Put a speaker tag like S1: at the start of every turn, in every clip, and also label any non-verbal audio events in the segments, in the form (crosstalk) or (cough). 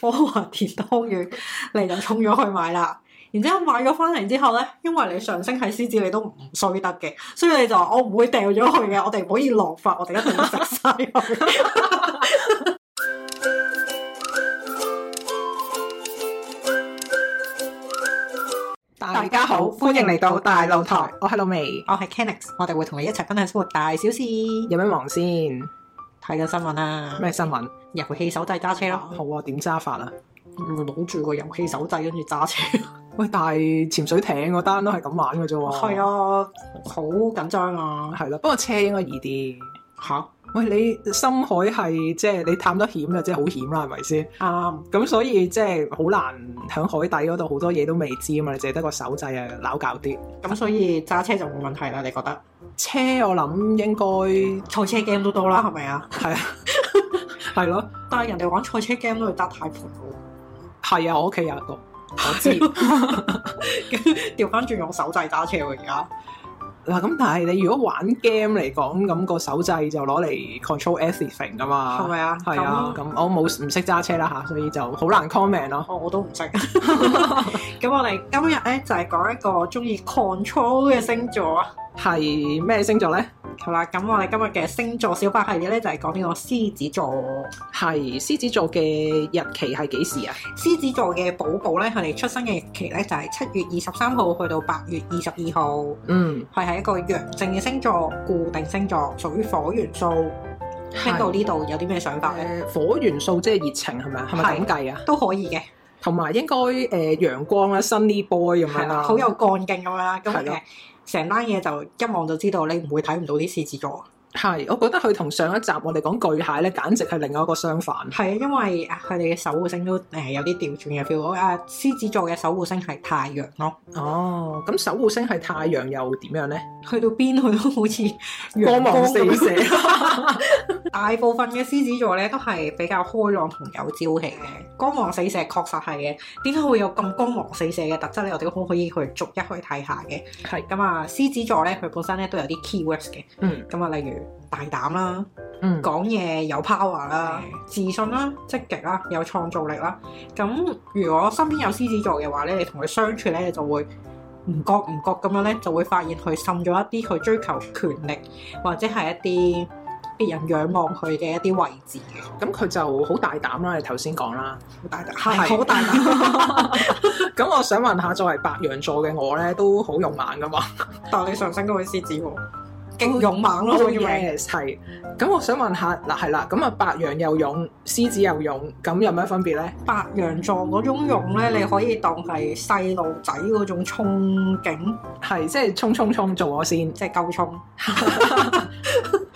S1: 科華田湯圓，你就衝咗去買啦。然之後買咗翻嚟之後咧，因為你上升係獅子，你都唔衰得嘅，所以你就話我唔會掉咗去嘅，我哋唔可以浪費，我哋一定要食晒 (laughs) 佢。
S2: 大家好，歡迎嚟到大露台，我係老味，
S1: 我係 Kenix，我哋會同你一齊分享生活大小事。
S2: 有咩忙先？
S1: 睇緊新聞啦，
S2: 咩新聞？
S1: 遊戲手掣揸車咯，
S2: 好啊，點揸法啊？
S1: 嗯攞住個遊戲手掣跟住揸車。
S2: 喂，但係潛水艇嗰單都係咁玩嘅啫喎。
S1: 係，啊，好緊張啊！
S2: 係啦，不過車應該易啲。
S1: 吓
S2: 喂，你深海係即係你探得險就即係好險啦，係咪先？
S1: 啱
S2: 咁所以即係好難喺海底嗰度好多嘢都未知啊嘛，你淨係得個手掣啊，撈搞啲。
S1: 咁，所以揸車就冇問題啦。你覺得
S2: 車我諗應該
S1: 賽車 game 都到啦，係咪啊？
S2: 係 (laughs) 啊，係咯，
S1: 但係人哋玩賽車 game 都要揸軚盤嘅
S2: 係啊，我屋企有一個。
S1: 喎，我知。 (laughs) 調翻轉用手掣揸車喎，而家
S2: 嗱咁，但係你如果玩 game 嚟講，咁、個手掣就攞嚟 control everything 噶嘛，
S1: 係咪啊？
S2: 係啊，
S1: 咁
S2: 咁我冇唔識揸車啦吓，所以就好難 comment 咯。
S1: 我我都唔
S2: (laughs)
S1: 識。咁我哋今日咧就係講一個中意 control 嘅星座啊。
S2: 係咩星座咧？
S1: 好啦，咁我哋今日嘅星座小白系列咧就係講呢個獅子座。
S2: 係獅子座嘅日期係幾時啊？
S1: 獅子座嘅寶寶咧，佢哋出生嘅日期咧就係七月二十三號去到八月二十二號，
S2: 嗯，
S1: 佢係一個陽性嘅星座，固定星座，屬於火元素。聽到呢度有啲咩想法咧？
S2: 誒火元素即係熱情係咪？係咪
S1: 係
S2: 咁計啊？
S1: 都可以嘅，
S2: 同埋應該誒、陽光啦，sunny boy 咁
S1: 係
S2: 樣
S1: 啦，
S2: 啦，
S1: 好有幹勁咁樣啦。咁
S2: 係咯
S1: 誒，成單嘢就一望就知道你唔會睇唔到啲獅子座。
S2: 係，我覺得佢同上一集我哋講巨蟹咧，簡直係另外一個相反。
S1: 係啊，因為啊佢哋嘅守護星都誒有啲調轉嘅 feel。啊，獅子座嘅守護星係太陽咯，
S2: 哦，咁守護星係太陽又點樣咧？
S1: 去到邊佢都好似
S2: 光
S1: 陽
S2: 芒
S1: 咁
S2: 四
S1: 樣
S2: 射。
S1: (laughs) 大部分嘅獅子座咧都係比較開朗同有朝氣嘅，光芒四射確實係嘅。點解會有咁光芒四射嘅特質咧？我哋都可以去逐一去睇下嘅。
S2: (laughs) 係，
S1: 咁啊，獅子座咧佢本身咧都有啲 keywords 嘅，
S2: 嗯
S1: 咁啊，例如大膽啦，
S2: 嗯，
S1: 講嘢有 power 啦，自信啦，積極啦，有創造力啦。咁如果身邊有獅子座嘅話咧，你同佢相處咧，你就會唔覺唔覺咁樣咧，就會發現佢滲咗一啲佢追求權力或者係一啲別人仰望佢嘅一啲位置嘅，
S2: 咁佢就好大膽啦，你頭先講啦。
S1: 好大膽，
S2: 係
S1: 係好大膽。 (laughs)
S2: 咁我想問下，作為白羊座嘅我咧，都好勇猛 (laughs) 噶嘛？
S1: 但你上升嗰位獅子喎，勁勇猛咯，所以咪
S2: yes，係。咁我想問下，嗱係啦，咁啊白羊又勇，獅子又勇，咁有咩分別咧？
S1: 白羊座嗰種勇咧，你可以當係細路仔嗰種衝勁，
S2: 係即係衝衝衝做我先，
S1: 即係夠衝。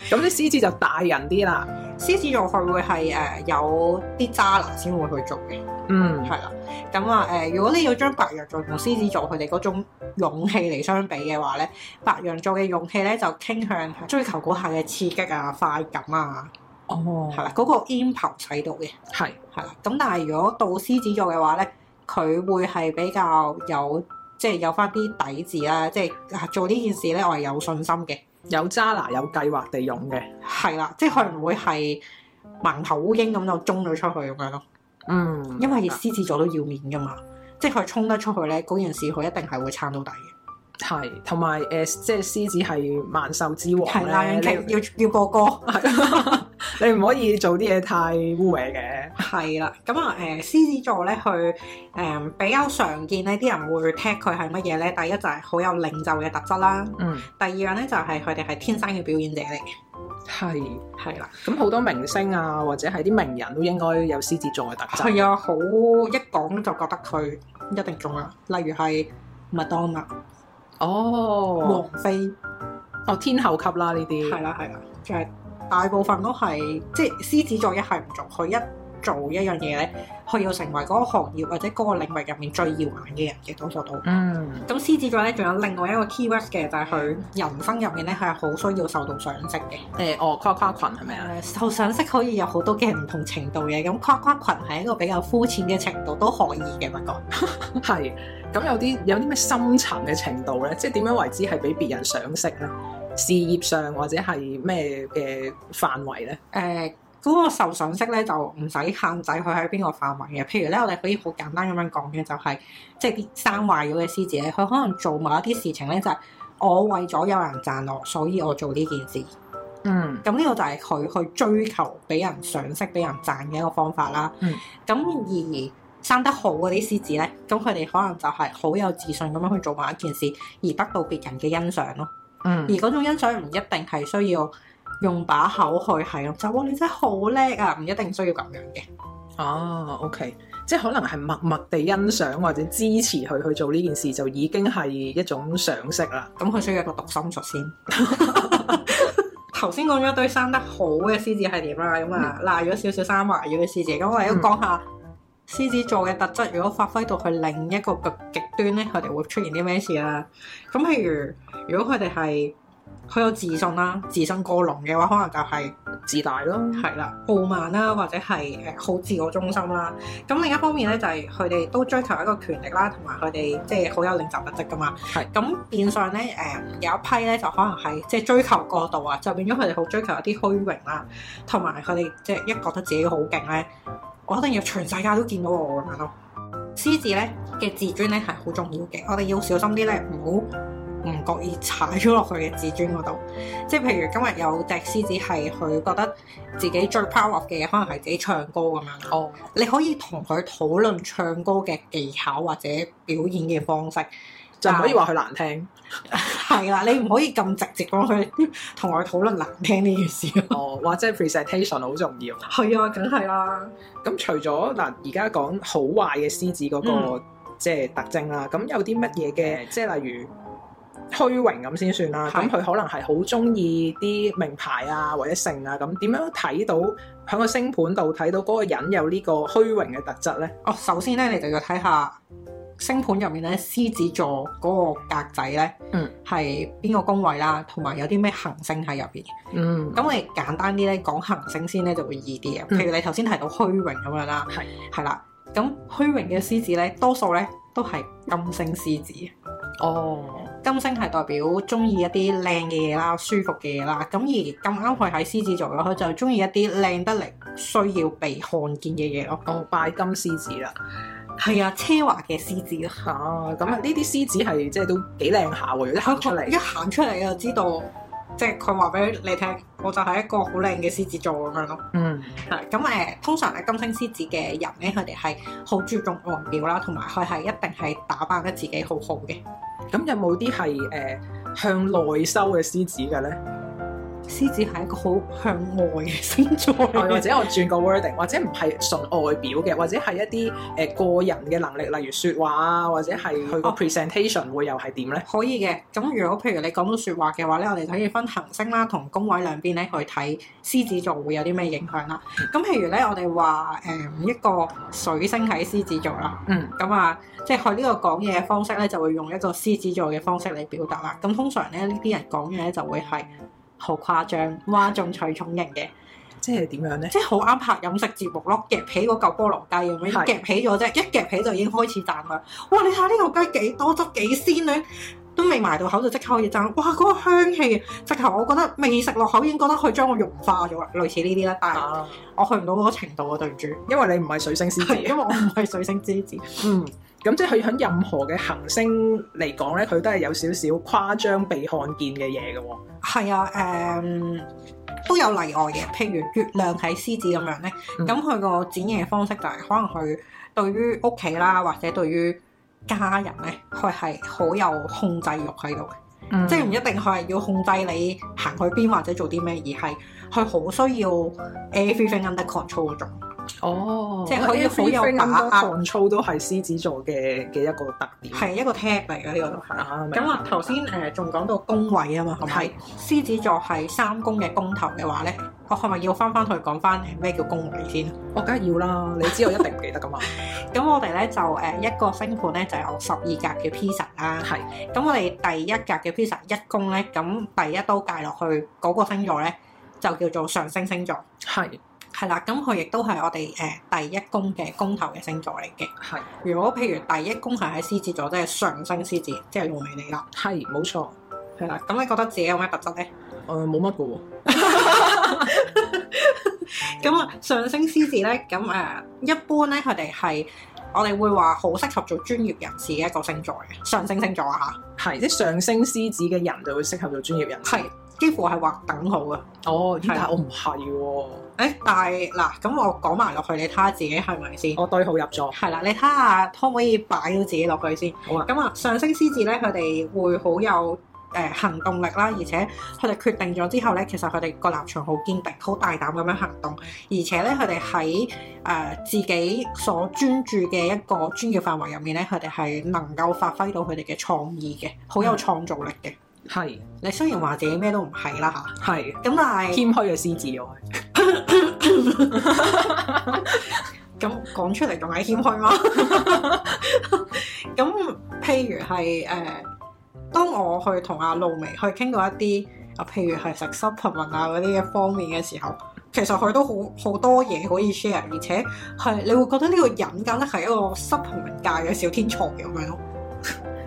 S2: 咁啲獅子就大人啲啦。
S1: 獅子座佢會係誒、呃有啲渣男先會去做嘅，
S2: 嗯
S1: 係，啦。咁啊誒，如果你要將白羊座同獅子座佢哋嗰種勇氣嚟相比嘅話咧，白羊座嘅勇氣咧就傾向追求嗰下嘅刺激啊、快感啊，
S2: 哦
S1: 係啦，嗰、個 impulse 喺度嘅，
S2: 係
S1: 係啦。咁但係如果到獅子座嘅話咧，佢會係比較有即係有翻啲底子啦，即係啊做呢件事咧，我係有信心嘅。
S2: 有渣拿有計劃地勇嘅。
S1: 係啦，即係佢唔會係盲頭烏蠅咁就衝咗出去咁樣咯。
S2: 嗯，
S1: 因為獅子座都要面噶嘛，即係佢衝得出去咧，嗰件事佢一定係會撐到底嘅。
S2: 係同埋誒，即係獅子係萬獸之王
S1: 係啦，
S2: 咧，
S1: 要
S2: 你
S1: 要播歌。 (laughs)
S2: (laughs) 你唔可以做啲嘢太污衊嘅。
S1: 係啦，咁啊誒獅子座咧，佢誒、比較常見咧，啲人會 tag 佢係乜嘢咧？第一就係好有領袖嘅特質啦，
S2: 嗯，
S1: 第二樣咧就係佢哋係天生嘅表演者嚟嘅。
S2: 係。
S1: 係啦，
S2: 咁好多明星啊，或者係啲名人都應該有獅子座嘅特質。
S1: 係啊，好一講就覺得佢一定中啦。例如係麥當娜、
S2: 哦，
S1: 王菲。
S2: 哦，天后級啦呢啲。
S1: 係啦係啦，就係大部分都係即係獅子座一係唔做，佢一做一樣嘢咧，佢要成為嗰個行業或者嗰個領域入面最耀眼嘅人嘅多數都。
S2: 嗯，
S1: 咁獅子座咧，仲有另外一個 keyword 嘅，就係佢人生入面咧，佢係好需要受到賞識嘅。
S2: 誒、哦，跨跨群係咪啊？
S1: 誒，受賞識可以有好多嘅唔同程度嘅，咁跨跨群係一個比較膚淺嘅程度都可以嘅，不過
S2: 係。咁有啲有啲咩深層嘅程度咧？即係點樣為之係俾別人賞識咧？事業上或者係咩嘅範圍咧？
S1: 誒呃嗰、個受賞式咧就唔使限制佢喺邊個範圍嘅。譬如咧，我哋可以好簡單咁樣講嘅，就係、即係啲生壞咗嘅獅子咧，佢可能做某一啲事情咧，就係、我為咗有人讚我，所以我做呢件事。
S2: 嗯
S1: 咁呢個就係佢去追求俾人賞識、俾人讚嘅一個方法啦。
S2: 嗯
S1: 咁、而生得好嗰啲獅子咧，咁佢哋可能就係好有自信咁樣去做某一件事，而得到別人嘅欣賞咯。
S2: 嗯
S1: 而嗰種欣賞唔一定係需要用把口去係咁就哇你真係好叻啊，唔一定需要咁樣嘅。
S2: 哦，OK，即係可能係默默地欣賞或者支持佢去做呢件事，就已經係一種賞識啦。
S1: 咁佢需要一個讀心術先。 (laughs) 頭先講咗一堆生得好嘅獅子係點啦，咁啊賴咗少少生埋咗嘅獅子，咁我哋都講下獅子座嘅特質，如果發揮到去另一個極極端咧，佢哋會出現啲咩事啦？咁譬如如果佢哋係好有自信啦，自信過濃嘅話，可能就係、
S2: 自大咯，
S1: 係啦，傲慢啦，或者係誒好自我中心啦。咁另一方面咧，就係佢哋都追求一個權力啦，同埋佢哋即係好有領袖特質噶嘛。
S2: 係
S1: 咁變相咧，誒、有一批咧就可能係即係追求過度啊，就變咗佢哋好追求一啲虛榮啦，同埋佢哋即係一覺得自己好勁咧，我一定要全世界都見到我咁樣咯。獅子咧嘅自尊咧係好重要嘅，我哋要小心啲咧，唔好唔覺意踩咗落佢嘅自尊嗰度。即係譬如今日有隻獅子係佢覺得自己最 proud of 嘅嘢，可能係自己唱歌咁樣。
S2: 哦，
S1: 你可以同佢討論唱歌嘅技巧或者表演嘅方式，
S2: 就唔可以話佢難聽。
S1: 係啦，你唔可以咁直接講佢， (laughs) 同佢討論難聽呢件事啊咯。
S2: 哦，或者 presentation 好重要。
S1: 係啊，梗係啦，
S2: 咁除咗嗱，而家講好壞嘅獅子嗰、個、即係特徵啦，咁有啲乜嘢嘅，即係例如虛榮咁先算啦。
S1: 係
S2: 咁佢可能係好中意啲名牌啊，或者姓啊，咁點樣睇到喺個星盤度睇到嗰個人有呢個虛榮嘅特質咧？
S1: 哦，首先咧，你就要睇下星盤入面咧，獅子座嗰個格仔咧，
S2: 嗯，
S1: 係邊個宮位啦，同埋有啲咩行星喺入邊。
S2: 嗯，
S1: 咁我哋簡單啲咧講行星先咧就會易啲嘅，
S2: 嗯
S1: 譬如你頭先提到虛榮咁樣啦，
S2: 係
S1: 係啦，咁虛榮嘅獅子咧，多數咧都係金星獅子，
S2: 哦，
S1: 金星係代表中意一啲靚嘅嘢啦、舒服嘅嘢啦，咁而咁啱佢喺獅子座嘅，佢就中意一啲靚得嚟需要被看見嘅嘢咯，
S2: 哦，拜金獅子啦，
S1: 係啊，奢華嘅獅子咯，
S2: 嚇、咁啊呢啲獅子係即係都幾靚下喎，一
S1: 佢
S2: 行出嚟
S1: 一。行出嚟就知道，即係佢話俾你聽，我就係一個好靚嘅獅子座咁樣咯。
S2: 嗯，
S1: 係咁誒，通常咧金星獅子嘅人咧，佢哋係好注重外表啦，同埋佢係一定係打扮得自己好好嘅。
S2: 咁有冇啲係誒向內收嘅獅子嘅咧？
S1: 獅子係一個好向外嘅星座嚟
S2: 哦或
S1: 嘅，
S2: 者我轉個 wording，或者唔係純外表嘅，或者係一啲誒、呃、個人嘅能力，例如説話啊，或者係佢個
S1: 哦
S2: presentation 會又係點咧？
S1: 可以嘅。咁如果譬如你講到説話嘅話咧，我哋可以分行星啦同宮位兩邊咧去睇獅子座會有啲咩影響啦。咁譬如咧，我哋話誒一個水星喺獅子座啦。
S2: 嗯，
S1: 咁啊，即係佢呢個講嘢嘅方式咧，就會用一個獅子座嘅方式嚟表達啦。咁通常咧，呢啲人講嘢咧就會係好誇張、嘩眾取寵型嘅，
S2: 即係點樣咧？
S1: 即係好啱拍飲食節目咯。夾起嗰嚿菠蘿雞咁樣
S2: 係
S1: 夾起咗啫，一夾起就已經開始讚佢。哇！你睇下呢嚿雞幾多汁幾鮮咧，都未埋到口就即刻可以讚。哇！嗰、個香氣，直頭我覺得未食落口已經覺得佢將我融化咗啦。類似呢啲啦，但係
S2: 啊，
S1: 我去唔到嗰個程度啊，對唔住，
S2: 因為你唔係水星獅
S1: 因為
S2: 子，
S1: 我唔係水星之子。
S2: 嗯，咁即係佢喺任何嘅行星嚟講咧，佢都係有少少誇張被看見嘅嘢嘅喎。
S1: 係啊，誒、都有例外嘅，譬如月亮喺獅子咁樣咧，
S2: 嗯
S1: 咁佢個展現嘅方式就係可能佢對於屋企啦，或者對於家人咧，佢係好有控制欲喺度嘅，
S2: 嗯
S1: 即係唔一定佢係要控制你行去邊或者做啲咩，而係佢好需要 everything under control 嗰種。
S2: 哦，
S1: 即係可以好有把握
S2: control 都係獅子座嘅嘅一個特點。
S1: 係一個 tag 嚟嘅呢個都係。
S2: 啊，明
S1: 咁啊，頭先誒仲講到宮位啊嘛，係咪
S2: 係？
S1: 獅子座係三宮嘅宮頭嘅話咧，我係咪要翻翻去講翻誒咩叫宮位先？
S2: 我梗係要啦，你知我一定唔記
S1: (laughs)
S2: 得噶嘛。
S1: 咁我哋咧就誒、呃一個星盤咧就有十二格嘅 pizza 啦。
S2: 係，
S1: 咁我哋第一格嘅 pizza 一宮咧，咁第一刀界落去嗰個星座咧就叫做上升星座，
S2: 係，
S1: 係啦。咁佢亦都係我哋誒、呃第一宮嘅宮頭嘅星座嚟嘅。
S2: 係，
S1: 如果譬如第一宮係喺獅子座，即係上升獅子，即係露媚你啦，
S2: 係，冇錯。呃
S1: 係啦。咁你覺得自己有咩特質咧？
S2: 誒冇乜嘅喎，
S1: 咁啊，上升獅子咧，咁誒一般咧，佢哋係我哋會話好適合做專業人士嘅一個星座嘅上升星座啊
S2: 係即係上升獅子嘅人就會適合做專業人士。
S1: 嚇，係幾乎係劃等號嘅。係
S2: 哦，但係我唔係喎，
S1: 誒、但係嗱，咁我講埋落去，你睇下自己係咪先？
S2: 我對號入座。
S1: 係啦，你睇下可唔可以擺到自己落去先。
S2: 好啊，
S1: 咁啊，上升獅子咧，佢哋會好有誒、呃行動力啦，而且佢哋決定咗之後咧，其實佢哋個立場好堅定，好大膽咁樣行動，而且咧佢哋喺誒自己所專注嘅一個專業範圍入面咧，佢哋係能夠發揮到佢哋嘅創意嘅，好
S2: 嗯
S1: 有創造力嘅。
S2: 係
S1: 你雖然話自己咩都唔係啦吓，
S2: 係
S1: 咁但係
S2: 謙虛啊嘅獅子我係。
S1: 咁講出嚟仲係謙虛嗎？ (laughs) 咁譬如係誒、呃，當我去同阿露薇去傾過一啲啊，譬如係食 supplement 啊嗰啲嘅方面嘅時候，其實佢都好好多嘢可以 share，而且係你會覺得呢個人簡直係一個 supplement 界嘅小天才咁樣咯，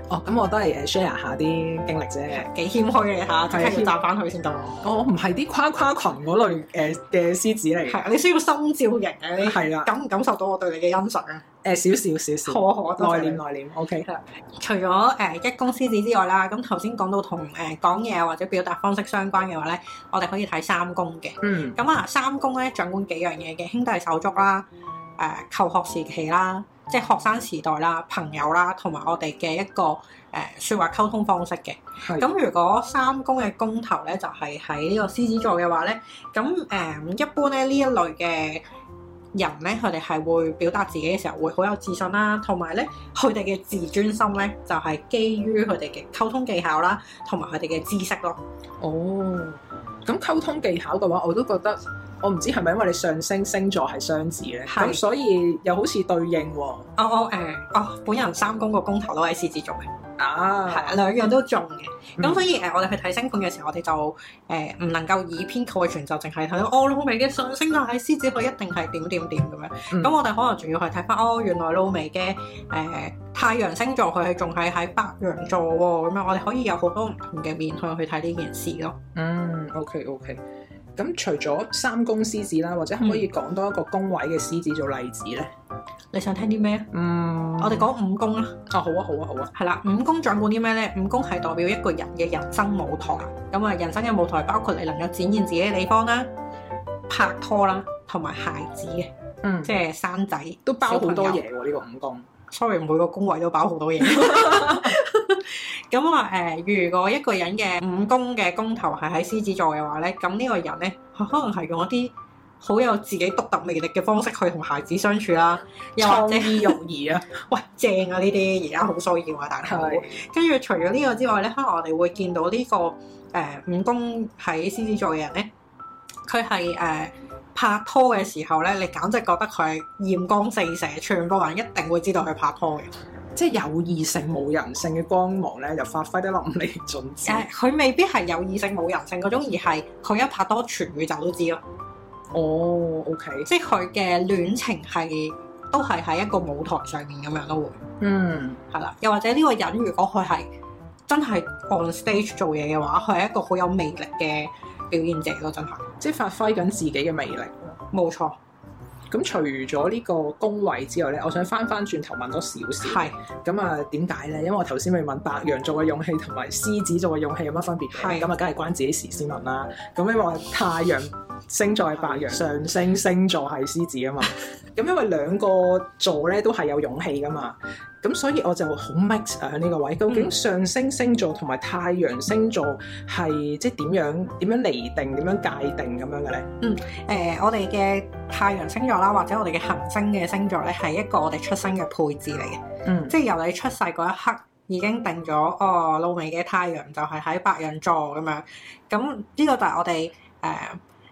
S2: 哦，咁我都係誒 share 下啲經歷啫。
S1: 幾謙虛嘅嚇，即
S2: 係啊
S1: 係要讚翻佢先得喎。
S2: 我唔係啲誇誇群嗰類誒嘅獅子嚟嘅，
S1: 係，你需要心照型嘅，你
S2: 係啦，
S1: 感唔感受到我對你嘅欣賞啊？
S2: 誒少少少
S1: 可
S2: 少，
S1: 可多謝
S2: 內
S1: 你
S2: 斂內斂，OK，
S1: 除咗誒、呃一公獅子之外啦，咁頭先講到同誒講嘢或者表達方式相關嘅話咧，我哋可以睇三宮嘅。
S2: 嗯，
S1: 咁啊，三宮咧掌管幾樣嘢嘅，兄弟手足啦，誒、求學時期啦，即係學生時代啦，朋友啦，同埋我哋嘅一個誒、呃、説話溝通方式嘅。
S2: 係
S1: 咁如果三宮嘅宮頭咧，就係喺呢個獅子座嘅話咧，咁誒、一般咧呢一類嘅人咧，佢哋係會表達自己嘅時候會好有自信啦，同埋咧佢哋嘅自尊心咧就係、基於佢哋嘅溝通技巧啦，同埋佢哋嘅知識咯。
S2: 哦，咁溝通技巧嘅話，我都覺得我唔知係咪因為你上升星座係雙子咧，
S1: 係
S2: 咁所以又好似對應喎。
S1: 我我誒哦，本人三宮個宮頭都係獅子座嘅，
S2: 啊，
S1: 係兩樣都中嘅。咁、
S2: 嗯
S1: 所以誒、我哋去睇星盤嘅時候，我哋就誒唔、能夠以偏概全，就淨係睇到哦，老味嘅上升就係獅子，佢一定係點點點咁樣。
S2: 嗯
S1: 咁我哋可能仲要去睇翻哦，原來露媚嘅誒太陽星座佢係仲係喺白羊座喎、咁樣我哋可以有好多唔同嘅面向去睇呢件事咯。
S2: 嗯，OK OK。咁除咗三宮獅子啦，或者可唔可以講多一個宮位嘅獅子做例子咧？
S1: 你想聽啲咩啊？
S2: 嗯，
S1: 我哋講五宮啦，
S2: 哦，好啊，好啊，好啊，
S1: 係啦，五宮掌管啲咩呢？五宮係代表一個人嘅人生舞台，咁啊，人生嘅舞台包括你能夠展現自己嘅地方啦、拍拖啦，同埋孩子嘅，
S2: 嗯，
S1: 即係生仔
S2: 都包好
S1: 小
S2: 多
S1: 朋友
S2: 嘢喎，呢個五宮。
S1: sorry，每個宮位都包好多
S2: (laughs)
S1: 嘢。咁啊誒，如果一個人嘅五宮嘅宮頭係喺獅子座嘅話咧，咁呢個人咧，佢可能係用一啲好有自己獨特魅力嘅方式去同孩子相處啦，又或者
S2: 創意容易 (laughs) 啊，
S1: 喂正啊呢啲而家好需要啊，大佬。
S2: 係
S1: 跟住除咗呢個之外咧，可能我哋會見到呢、個誒、呃五宮喺獅子座嘅人咧，佢係誒拍拖嘅時候咧，你簡直覺得佢係豔光四射，全部人一定會知道佢拍拖嘅。
S2: 即係有異性冇人性嘅光芒咧，就發揮得淋漓盡致。
S1: 誒，佢未必係有異性冇人性嗰種，而係佢一拍拖全宇宙都知咯。
S2: 哦，OK，
S1: 即係佢嘅戀情係都係喺一個舞台上面咁樣都會
S2: 嗯。
S1: 係啦。又或者呢個人如果佢係真係 on stage 做嘢嘅話，佢係一個好有魅力嘅表現者咯，真係
S2: 即係發揮緊自己嘅魅力。
S1: 冇錯，
S2: 咁除咗呢個宮位之外咧，我想翻翻轉頭問多少少。
S1: 係
S2: 咁啊，點解咧？因為我頭先咪問白羊座嘅勇氣同埋獅子座嘅勇氣有乜分別
S1: 係
S2: 嘅？咁啊，梗係關自己事先問啦。咁因為我係太陽星座係白羊，上升星座係獅子啊
S1: (laughs)
S2: 嘛。咁因為兩個座咧都係有勇氣噶嘛。咁所以我就好 mix 啊喺呢個位，究竟
S1: 嗯
S2: 上升星座同埋太陽星座係即係點樣點樣釐定、點樣界定咁樣嘅咧？
S1: 誒、呃我哋嘅太陽星座啦，或者我哋嘅行星嘅星座咧，係一個我哋出生嘅配置嚟嘅。
S2: 嗯，
S1: 即係由你出世嗰一刻已經定咗，哦，露媚嘅太陽就係喺白羊座咁樣。咁呢個就係我哋誒、呃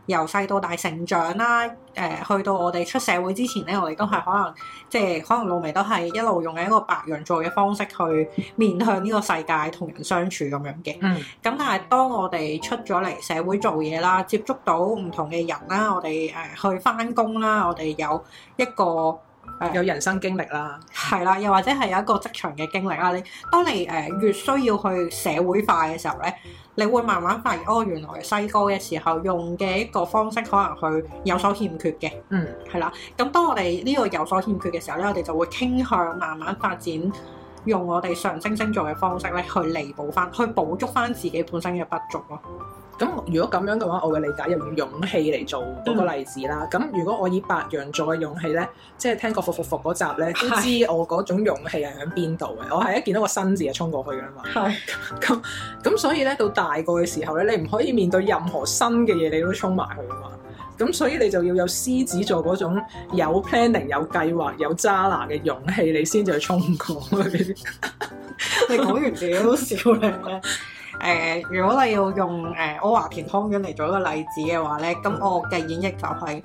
S1: 由細到大成長啦。誒、去到我哋出社會之前咧，我哋都係可能即係可能露媚都係一路用緊一個白羊座嘅方式去面向呢個世界同人相處咁樣嘅。
S2: 嗯。
S1: 咁但係當我哋出咗嚟社會做嘢啦，接觸到唔同嘅人啦，我哋誒、呃去翻工啦，我哋有一個係
S2: 有人生經歷啦，
S1: 係啦，又或者係有一個職場嘅經歷啦。你當你誒、呃越需要去社會化嘅時候咧，你會慢慢發現哦，原來細個嘅時候用嘅一個方式可能佢有所欠缺嘅。
S2: 嗯，
S1: 係啦。咁當我哋呢個有所欠缺嘅時候咧，我哋就會傾向慢慢發展。用我哋上升星座嘅方式咧，去彌補翻，去補足翻自己本身嘅不足咯。
S2: 咁如果咁樣嘅話，我嘅理解用勇氣嚟做嗰個例子啦。咁、如果我以白羊座嘅勇氣咧，即係聽過服服服嗰集咧，都知我嗰種勇氣係喺邊度嘅。我係一見到個新字就衝過去㗎啦嘛。
S1: 係
S2: 咁所以咧，到大個嘅時候咧，你唔可以面對任何新嘅嘢，你都衝埋去啊嘛。咁所以你就要有獅子座嗰種有 planning、有計劃、有渣拿嘅勇氣，你先至去衝過去。
S1: (laughs) 你講完自己都笑啊咧。誒、如果你要用誒、呃、柯華田湯圓嚟做一個例子嘅話咧，咁我嘅演繹就係、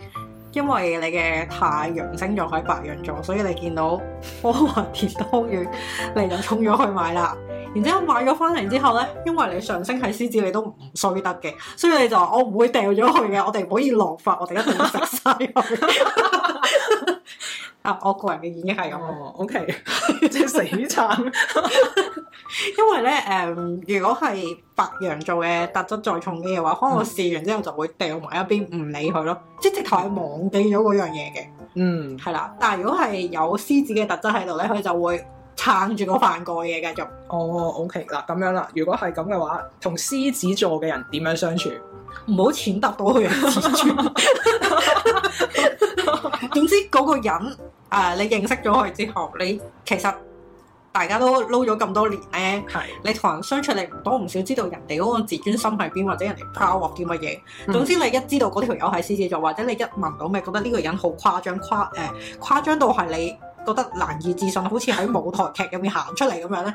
S1: 因為你嘅太陽星座喺白羊座，所以你見到柯華田湯圓，你就衝咗去買啦。然之後買咗翻嚟之後咧，因為你上升係獅子，你都唔衰得嘅，所以你就話我唔會掉咗去嘅，我哋唔可以浪費，我哋一定要食晒 (laughs) 佢。啊，我個人嘅演繹係咁咯。
S2: 哦，OK，即係 (laughs) 死撐。
S1: 因為咧誒、如果係白羊座嘅特質再重啲嘅話，可能我試完之後就會掉埋一邊唔理佢咯，即係直頭係忘記咗嗰樣嘢嘅，
S2: 嗯。
S1: 係啦。但係如果係有獅子嘅特質喺度咧，佢就會撐住個飯蓋嘅繼續。
S2: 哦，OK，嗱咁樣啦，如果係咁嘅話，同獅子座嘅人點樣相處？
S1: 唔好踐踏到佢嘅自尊。總之嗰個人啊、你認識咗佢之後，你其實大家都撈咗咁多年咧，
S2: 係，
S1: 你同人相處，你唔多唔少知道人哋嗰個自尊心喺邊，或者人哋 proud of 啲乜嘢。
S2: 嗯
S1: 總之你一知道嗰條友係獅子座，或者你一聞到咪覺得呢個人好誇張，誇誒、呃、誇張到係你覺得難以置信，好似喺舞台劇入面行出嚟咁樣咧，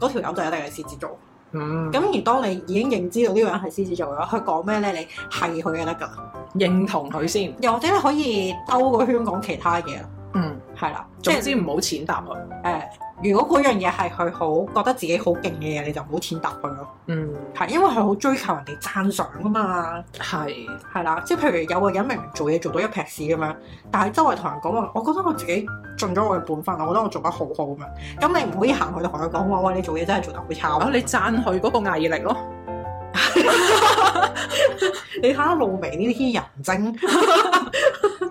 S1: 嗰條友就一定係獅子座。
S2: 嗯，
S1: 咁而當你已經認知道呢個人係獅子座嘅話，佢講咩咧，你係佢就得㗎啦。
S2: 認同佢先，
S1: 又或者你可以兜個圈講其他嘢啦，
S2: 嗯，
S1: 係啦，即
S2: 總
S1: 係
S2: 之唔好踐踏佢，
S1: 誒、呃如果嗰樣嘢係佢好覺得自己好勁嘅嘢，你就唔好踐踏佢咯。
S2: 嗯，
S1: 係因為佢好追求人哋讚賞㗎嘛。
S2: 係，
S1: 係啦，即係譬如有個人明明做嘢做到一撇屎咁樣，但係周圍同人講話，我覺得我自己盡咗我嘅本分，我覺得我做得好好咁樣。咁你唔可以行去同佢講話，喂，你做嘢真係做得好差
S2: 啊，
S1: 喎。
S2: 你讚佢嗰個毅力咯，
S1: 你睇下露媚呢啲人精，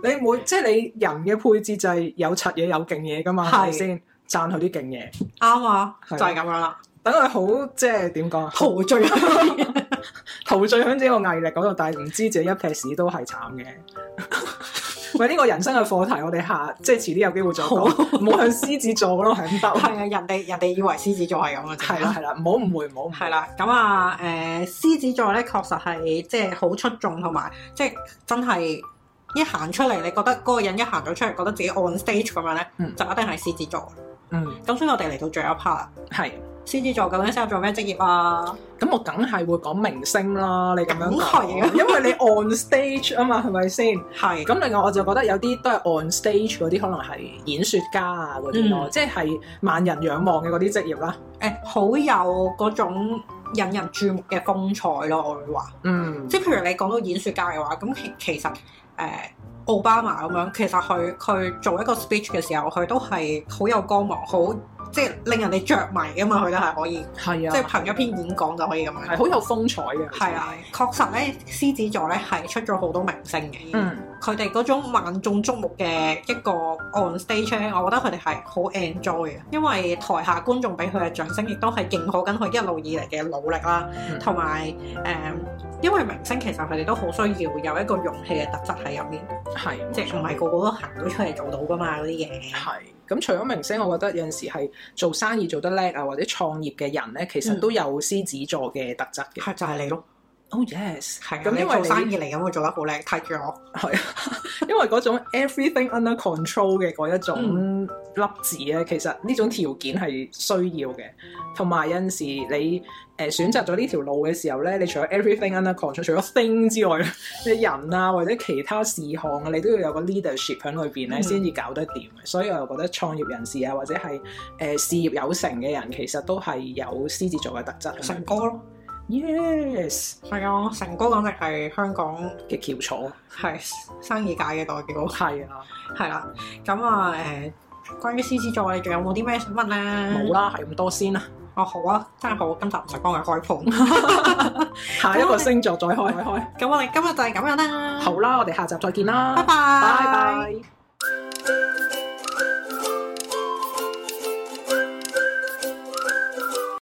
S2: 你每即係你人嘅配置就係有柒嘢有勁嘢噶嘛，係
S1: 係
S2: 咪先？讚佢啲勁嘢，
S1: 啱啊，
S2: 係
S1: 就係咁樣啦，
S2: 等佢好即係點講啊，
S1: 陶醉。
S2: 陶醉喺自己個毅力嗰度，但係唔知自己一撇屎都係慘嘅。 (laughs) 喂，呢個人生嘅課題，我哋下即係遲啲有機會再講，唔好向獅子座咯，係咁兜。
S1: 係啊，人哋人哋以為獅子座係咁嘅啫。
S2: 係啦係啦，唔好誤會，唔好誤會
S1: 啊係。啦，咁啊，誒、獅子座咧，確實係即係好出眾，同埋即係真係一行出嚟，你覺得嗰個人一行咗出嚟，覺得自己 on stage 咁樣咧，
S2: 嗯
S1: 就一定係獅子座。
S2: 嗯，
S1: 咁所以我哋嚟到最後一 part 啦，
S2: 係。
S1: 獅子座究竟適合做咩職業啊？
S2: 咁我梗係會講明星啦，你咁樣
S1: 梗
S2: 講
S1: 係啊，
S2: (laughs) 因為你 on stage 啊嘛，係咪先？
S1: 係
S2: 咁另外我就覺得有啲都係 on stage 嗰啲，可能係演說家啊嗰啲咯，
S1: 嗯
S2: 即係萬人仰望嘅嗰啲職業啦。
S1: 誒，好、有嗰種引人注目嘅風采咯，我會話。
S2: 嗯，
S1: 即係譬如你講到演說家嘅話，咁其其實誒、呃、奧巴馬咁樣，其實佢佢做一個 speech 嘅時候，佢都係好有光芒，好即係令人哋着迷噶嘛，佢都係可以，
S2: 係
S1: 即係
S2: 啊，
S1: 憑一篇演講就可以咁
S2: 係
S1: 樣。
S2: 好有風采嘅。
S1: 係啊，確實咧，獅子座咧係出咗好多明星嘅。
S2: 嗯，
S1: 佢哋嗰種萬眾矚目嘅一個 on stage 咧，我覺得佢哋係好 enjoy 嘅，因為台下觀眾俾佢嘅掌聲，亦都係認可緊佢一路以嚟嘅努力啦
S2: 嗯，
S1: 同埋誒，因為明星其實佢哋都好需要有一個勇氣嘅特質喺入面，
S2: 係，
S1: 即係唔係個個都行到出嚟做到噶嘛嗰啲嘢。
S2: 係。咁除咗明星，我覺得有陣時係做生意做得叻啊，或者創業嘅人咧，其實
S1: 嗯
S2: 都有獅子座嘅特質嘅。
S1: 係就係你咯，
S2: Oh yes，
S1: 係
S2: 咁
S1: 咁
S2: 因
S1: 因
S2: 為
S1: 為
S2: 你
S1: 生意嚟咁，會做得好靚，睇住我。
S2: 係啊， (laughs) 因為嗰種 everything under control 嘅嗰一
S1: 嗯
S2: 種粒子咧，其實呢種條件係需要嘅。同埋有陣時你誒、呃、選擇咗呢條路嘅時候咧，你除咗 everything under control，除咗 thing 之外咧， (laughs) 你人啊或者其他事項啊，你都要有個 leadership 喺裏邊咧，
S1: 嗯
S2: 先至搞得掂。所以我又覺得創業人士啊，或者係誒、呃事業有成嘅人，其實都係有獅子座嘅特質喺裏邊。
S1: 成哥咯，
S2: Yes
S1: 係啊，成哥簡直係香港
S2: 嘅翹楚，
S1: 係生意界嘅代表。
S2: 係啊，
S1: 係啦，咁啊誒，關於獅子座，你仲有冇啲咩想問咧？
S2: 冇
S1: 冇。啊
S2: 啦，係咁多先啦，
S1: 哦，好啊，真係好，今集唔使幫佢開 (laughs) 盤。
S2: 下一個星座再開開開，
S1: 咁我哋今日就係咁樣啦。
S2: 好，啦，我哋下集再見啦，
S1: 啊拜拜，
S2: 拜拜。